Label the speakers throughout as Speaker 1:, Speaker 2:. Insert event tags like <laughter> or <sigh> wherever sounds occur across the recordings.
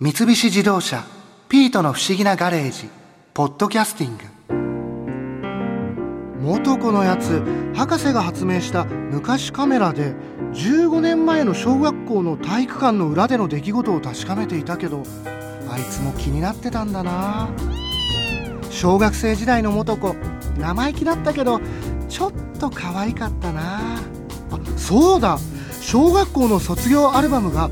Speaker 1: 三菱自動車「ピートの不思議なガレージ」「ポッドキャスティング」元子のやつ博士が発明した昔カメラで15年前の小学校の体育館の裏での出来事を確かめていたけどあいつも気になってたんだな小学生時代の元子生意気だったけどちょっと可愛かったなあそうだ小学校の卒業アルバムが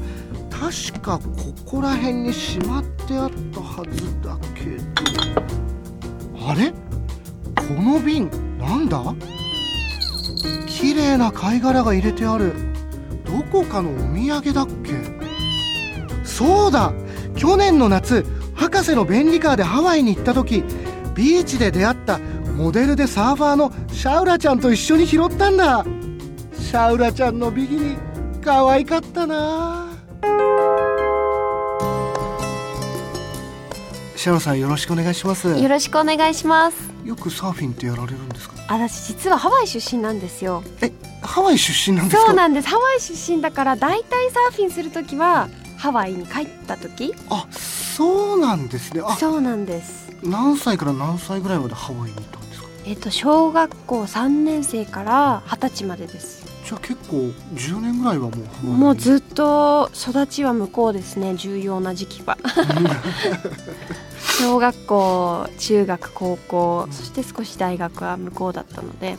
Speaker 1: 確かここら辺にしまってあったはずだけどあれこの瓶なんだ綺麗な貝殻が入れてあるどこかのお土産だっけそうだ去年の夏博士の便利カーでハワイに行った時ビーチで出会ったモデルでサーファーのシャウラちゃんと一緒に拾ったんだシャウラちゃんのビギニ可愛かったなシャロさんよろしくお願いします
Speaker 2: よろしくお願いします
Speaker 1: よくサーフィンってやられるんですか
Speaker 2: 私実はハワイ出身なんですよ
Speaker 1: えハワイ出身なんですか
Speaker 2: そうなんですハワイ出身だから大体サーフィンするときはハワイに帰った時
Speaker 1: あそうなんですねあ
Speaker 2: そうなんです
Speaker 1: 何歳から何歳ぐらいまでハワイに行ったんですか
Speaker 2: えっと小学校3年生から二十歳までです
Speaker 1: じゃあ結構10年ぐらいはもうハワイに
Speaker 2: もうずっと育ちは向こうですね重要な時期 <laughs> は小学校中学高校そして少し大学は向こうだったので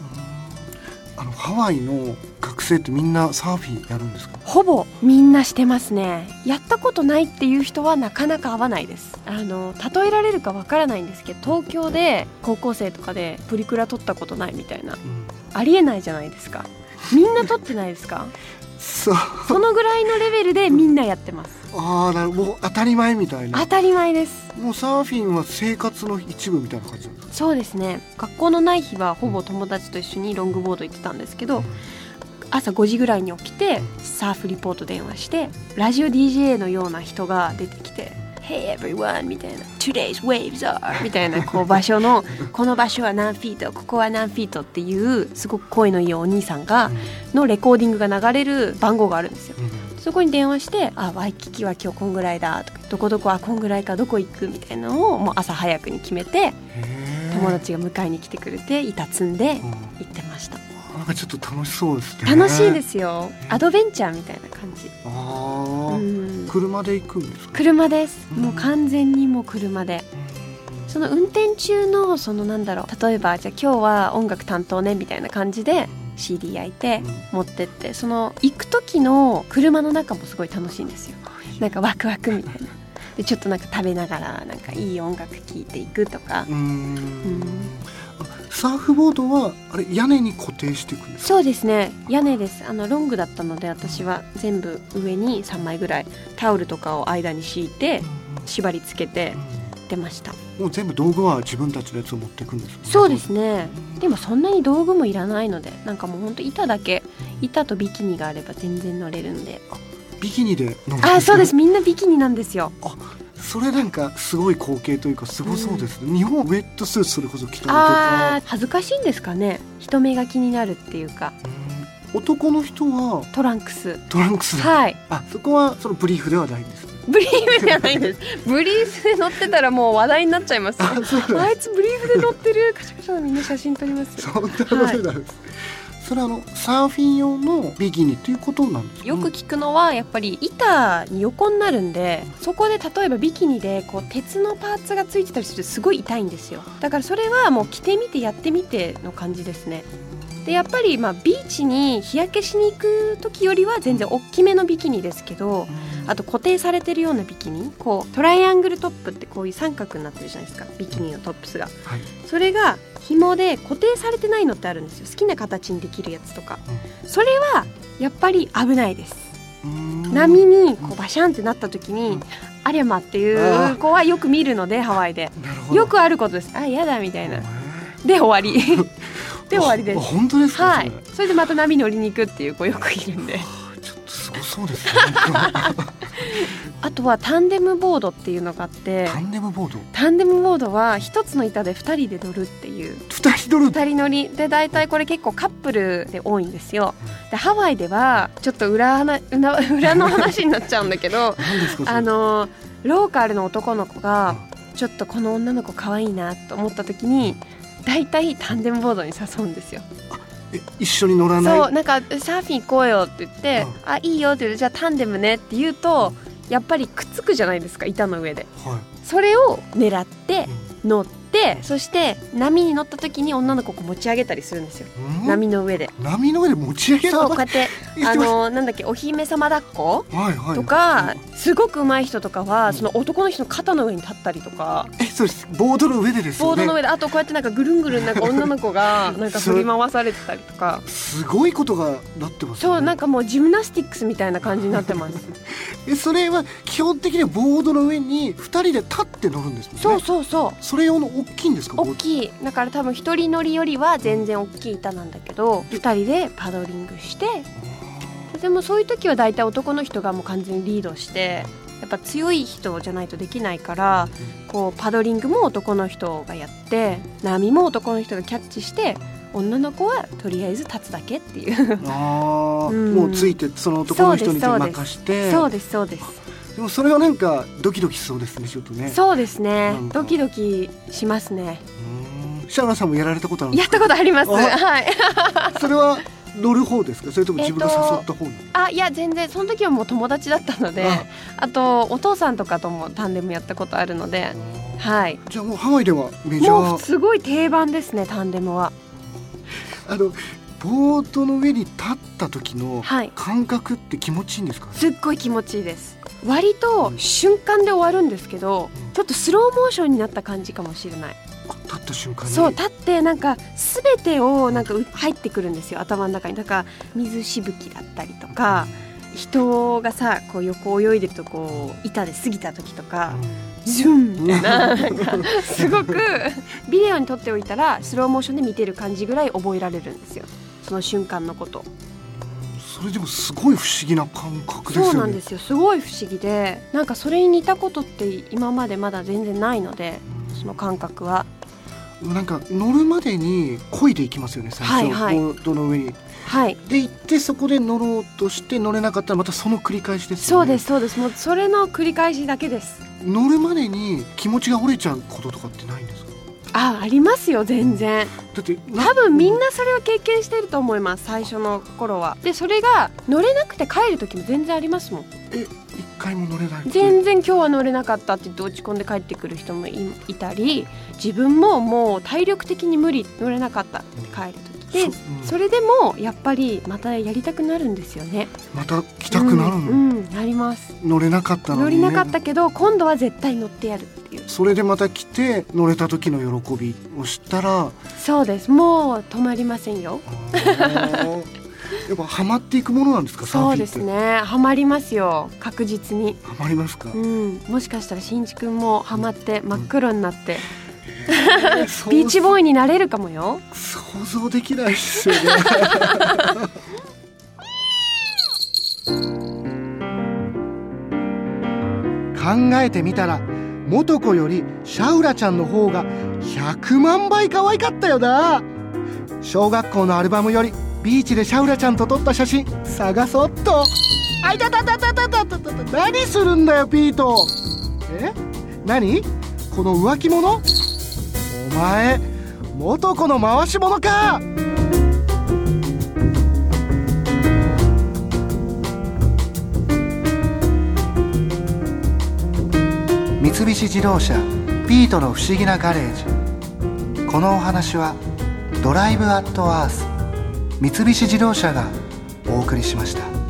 Speaker 1: あのハワイの学生ってみんなサーフィンやるんですか
Speaker 2: ほぼみんなしてますねやったことないっていう人はなかなか合わないですあの例えられるかわからないんですけど東京で高校生とかでプリクラ撮ったことないみたいな
Speaker 1: うん
Speaker 2: ありえないじゃないですかみんな撮ってないですか
Speaker 1: そう
Speaker 2: そのぐらいのレベルでみんなやってます
Speaker 1: ああなるもう当たり前みたい
Speaker 2: 当
Speaker 1: な
Speaker 2: たり前です
Speaker 1: もうサーフィンは生活の一部みたいな感じなんですか
Speaker 2: そうですね学校のない日はほぼ友達と一緒にロングボード行ってたんですけど朝5時ぐらいに起きてサーフリポート電話してラジオ DJ のような人が出てきて「Hey everyone」みたいな「Today's waves are」みたいなこう場所の「この場所は何フィートここは何フィート」っていうすごく声のいいお兄さんがのレコーディングが流れる番号があるんですよ。
Speaker 1: うんうん
Speaker 2: そこに電話して「あワイキキは今日こんぐらいだ」とか「どこどこはこんぐらいかどこ行く」みたいなのをもう朝早くに決めて
Speaker 1: へー
Speaker 2: 友達が迎えに来てくれて板積んで
Speaker 1: うん
Speaker 2: 行ってました
Speaker 1: なんかちょっと楽しそうですね
Speaker 2: 楽しいですすよアドベンチャーみたいな感じ
Speaker 1: あ
Speaker 2: う
Speaker 1: ー
Speaker 2: ん
Speaker 1: 車で行くんですか
Speaker 2: 車です
Speaker 1: うん
Speaker 2: もう完全にもう車でその運転中のそのなんだろう例えばじゃあ今日は音楽担当ねみたいな感じで CD 焼いて持ってってその行く時の車の中もすごい楽しいんですよなんかワクワクみたいなでちょっとなんか食べながらなんかいい音楽聴いていくとか
Speaker 1: うんうん
Speaker 2: うん
Speaker 1: サーフボードはあれ屋根に固定していくんですか
Speaker 2: そうですね屋根ですあのロングだったので私は全部上に3枚ぐらいタオルとかを間に敷いて縛り付けて出ました
Speaker 1: もう全部道具は自分たちのやつを持っていくんですもんね
Speaker 2: そうですねでもそんなに道具もいらないのでなんかもうほんと板だけ板とビキニがあれば全然乗れるんで
Speaker 1: ビキニで登って
Speaker 2: あそう <laughs> ですみんなビキニなんですよ
Speaker 1: それなんかすごい光景というかすごそうですね、日本はウェットスーツそれこそ着たりと
Speaker 2: あ
Speaker 1: か
Speaker 2: ー恥ずかしいんですかね人目が気になるっていうか
Speaker 1: うん男の人は
Speaker 2: トランクス
Speaker 1: トランクスだ
Speaker 2: はい
Speaker 1: あそこはそのブリーフではないんですね
Speaker 2: ブリーフじゃないですブリーフで乗ってたらもう話題になっちゃいますよ
Speaker 1: あそうなん
Speaker 2: あ
Speaker 1: で
Speaker 2: いつブリーフで乗ってるカシャカシャのみんな写真撮ります
Speaker 1: す
Speaker 2: よ
Speaker 1: そんなことなんです、それはあのサーフィン用のビキニっていうことなんですかね
Speaker 2: よく聞くのはやっぱり板に横になるんでそこで例えばビキニでこう鉄のパーツがついてたりするとすごい痛いんですよだからそれはもう着てみてやってみての感じですねでやっぱりまあビーチに日焼けしに行く時よりは全然大きめのビキニですけど
Speaker 1: うん
Speaker 2: あと固定されてるようなビキニこうトライアングルトップってこういう三角になってるじゃないですかビキニのトップスが
Speaker 1: はい
Speaker 2: それが紐で固定されてないのってあるんですよ好きな形にできるやつとか、それはやっぱり危ないです、
Speaker 1: うん
Speaker 2: 波にこうバシャンってなった時に、
Speaker 1: うん
Speaker 2: ありゃまって
Speaker 1: あ
Speaker 2: い
Speaker 1: ー
Speaker 2: う子はよく見るのでハワイで
Speaker 1: なるほど
Speaker 2: よくあることですあやだみたいな
Speaker 1: へ
Speaker 2: で終
Speaker 1: <laughs>
Speaker 2: わり
Speaker 1: ー
Speaker 2: で終わりで
Speaker 1: あ
Speaker 2: す
Speaker 1: 本当ですか、
Speaker 2: は
Speaker 1: そ
Speaker 2: い
Speaker 1: れ
Speaker 2: それでまた波乗りに行くっていう子よくいる
Speaker 1: <laughs>
Speaker 2: んで
Speaker 1: ちょっとすごそうですね
Speaker 2: あとはタンデムボードっていうのがあって
Speaker 1: <laughs> タンデムボード
Speaker 2: タンデムボードは一つの板で二人で乗るっていう
Speaker 1: 二人乗る
Speaker 2: 二人乗りで大体これ結構カップルで多いんですよでハ <laughs> ワイではちょっと裏話裏裏の話になっちゃうんだけど
Speaker 1: 何ですかそれ
Speaker 2: あのローカルの男の子がちょっとこの女の子可愛いなと思った時に大体タンデムボードに誘うんですよ
Speaker 1: え一緒に乗らない
Speaker 2: そうなんかサーフィン行こうよって言って「あいいよ」って言って「じゃあタンデムね」って言うとやっぱりくっつくじゃないですか板の上で
Speaker 1: は
Speaker 2: それを狙って
Speaker 1: い、
Speaker 2: 乗ってそして波に乗った時に女の子を持ち上げたりするんですよ
Speaker 1: うん
Speaker 2: 波の上で
Speaker 1: 波の上で持ち上げ
Speaker 2: そ
Speaker 1: た
Speaker 2: うこうやってあのなんだっけお姫様抱っこ
Speaker 1: はいはい
Speaker 2: とか
Speaker 1: うん
Speaker 2: すごく上手い人とか
Speaker 1: う
Speaker 2: は
Speaker 1: ん
Speaker 2: その男の人の肩の上に立ったりとか
Speaker 1: えそうですボードの上でです
Speaker 2: ボ
Speaker 1: よ
Speaker 2: ード
Speaker 1: ね
Speaker 2: の上であとこうやってなんかぐるんぐるんなんか女の
Speaker 1: <laughs>
Speaker 2: 子がなんか
Speaker 1: そう
Speaker 2: 振り回されてたりとか
Speaker 1: すごいことがなってますよね
Speaker 2: そうなんかもうジムナスティックスみたいな感じになって
Speaker 1: <laughs>
Speaker 2: ます
Speaker 1: えそれは基本的にはボードの上に2人で立って乗るんですもんね
Speaker 2: そうそうそう
Speaker 1: それ用の大きいんですか
Speaker 2: 大きいだから多分一人乗りよりは全然大きい板なんだけど二人でパドリングしてでもそういう時は大体男の人がもう完全にリードしてやっぱ強い人じゃないとできないからこうパドリングも男の人がやって波も男の人がキャッチして女の子はとりあえず立つだけっていう
Speaker 1: あー
Speaker 2: うん
Speaker 1: もうついてその男の人に
Speaker 2: そうです
Speaker 1: 任して
Speaker 2: <laughs> そうですそうです
Speaker 1: でもそれはなんかドキドキしそうですねちょっとね
Speaker 2: そうですね
Speaker 1: なんか
Speaker 2: ドキドキしますね
Speaker 1: うーんシャーラさんもやられたことあるんで
Speaker 2: や
Speaker 1: す
Speaker 2: ったことあります
Speaker 1: あ
Speaker 2: はい <laughs>
Speaker 1: かそれは乗る方ですかそれとも自分が誘った方なの、
Speaker 2: あいや全然その時はもう友達だったので
Speaker 1: あ
Speaker 2: あとお父さんとかともタンデムやったことあるのではい
Speaker 1: じゃあもうハワイではメジャ
Speaker 2: もう
Speaker 1: ー
Speaker 2: すごい定番ですねタンデムは
Speaker 1: あのボードの上に立った時の
Speaker 2: はい
Speaker 1: 感覚って気持ちいいんですかね、
Speaker 2: すっごい気持ちいいです割と瞬間で終わるんですけど
Speaker 1: うん
Speaker 2: ちょっとスローモーションになった感じかもしれない
Speaker 1: 立った瞬間に
Speaker 2: そう立ってなんか全てをなんかう入ってくるんですよ頭の中にだから水しぶきだったりとか人がさこう横を泳いでるとこう板で過ぎた時とかズンみたいななんかすごくビデオに撮っておいたらスローモーションで見てる感じぐらい覚えられるんですよその瞬間のこと
Speaker 1: うん <laughs> それでもすごい不思議な感覚ですよね
Speaker 2: そうなんですよすごい不思議でなんかそれに似たことって今までまだ全然ないのでその感覚は
Speaker 1: うんなんか乗るまでに漕いでいきますよね最初、
Speaker 2: はいはい
Speaker 1: ボードの上に
Speaker 2: はい
Speaker 1: で行ってそこで乗ろうとして乗れなかったらまたその繰り返しです
Speaker 2: そ
Speaker 1: よ
Speaker 2: う
Speaker 1: ね
Speaker 2: ですそうですもうそれの繰り返しだけです
Speaker 1: 乗るまでに気持ちが折れちゃうこととかってないんですか
Speaker 2: あありますよ全然
Speaker 1: だってな
Speaker 2: 多分みんなそれは経験してると思います最初の頃はでそれが乗れなくて帰る時も全然ありますもん
Speaker 1: え一回も乗れない
Speaker 2: 全然今日は乗れなかったって言って落ち込んで帰ってくる人もいいたり自分ももう体力的に無理乗れなかったって帰る時で
Speaker 1: そうん
Speaker 2: それでもやっぱりまたやりたくなるんですよね。
Speaker 1: また来たくなるの、
Speaker 2: うん、うんなります。
Speaker 1: 乗れなかったの
Speaker 2: 乗
Speaker 1: に、
Speaker 2: り
Speaker 1: ね、
Speaker 2: なかったけど今度は絶対乗ってやるっていう
Speaker 1: それでまた来て乗れた時の喜びを知ったら
Speaker 2: そうですもう止まりませんよ
Speaker 1: あーや
Speaker 2: <laughs>
Speaker 1: っぱハマっていくものなんですかサーフィンっ
Speaker 2: そう
Speaker 1: て
Speaker 2: ですねハマりますよ確実に、
Speaker 1: ハマりますか、
Speaker 2: うん、もしかしたらしんいちくんもハマって真っ黒になって
Speaker 1: そう
Speaker 2: <laughs> ビーチボーイになれるかもよ
Speaker 1: 想像できないですよね <laughs> 考えてみたら元子よりシャウラちゃんの方が100万倍可愛かったよな小学校のアルバムよりビーチでシャウラちゃんと撮った写真探そうっとあいたたたたたたたた何するんだよピートえ何この浮気者お前元子の回し者か三菱自動車ピートの不思議なガレージこのお話はドライブアットアース三菱自動車がお送りしました。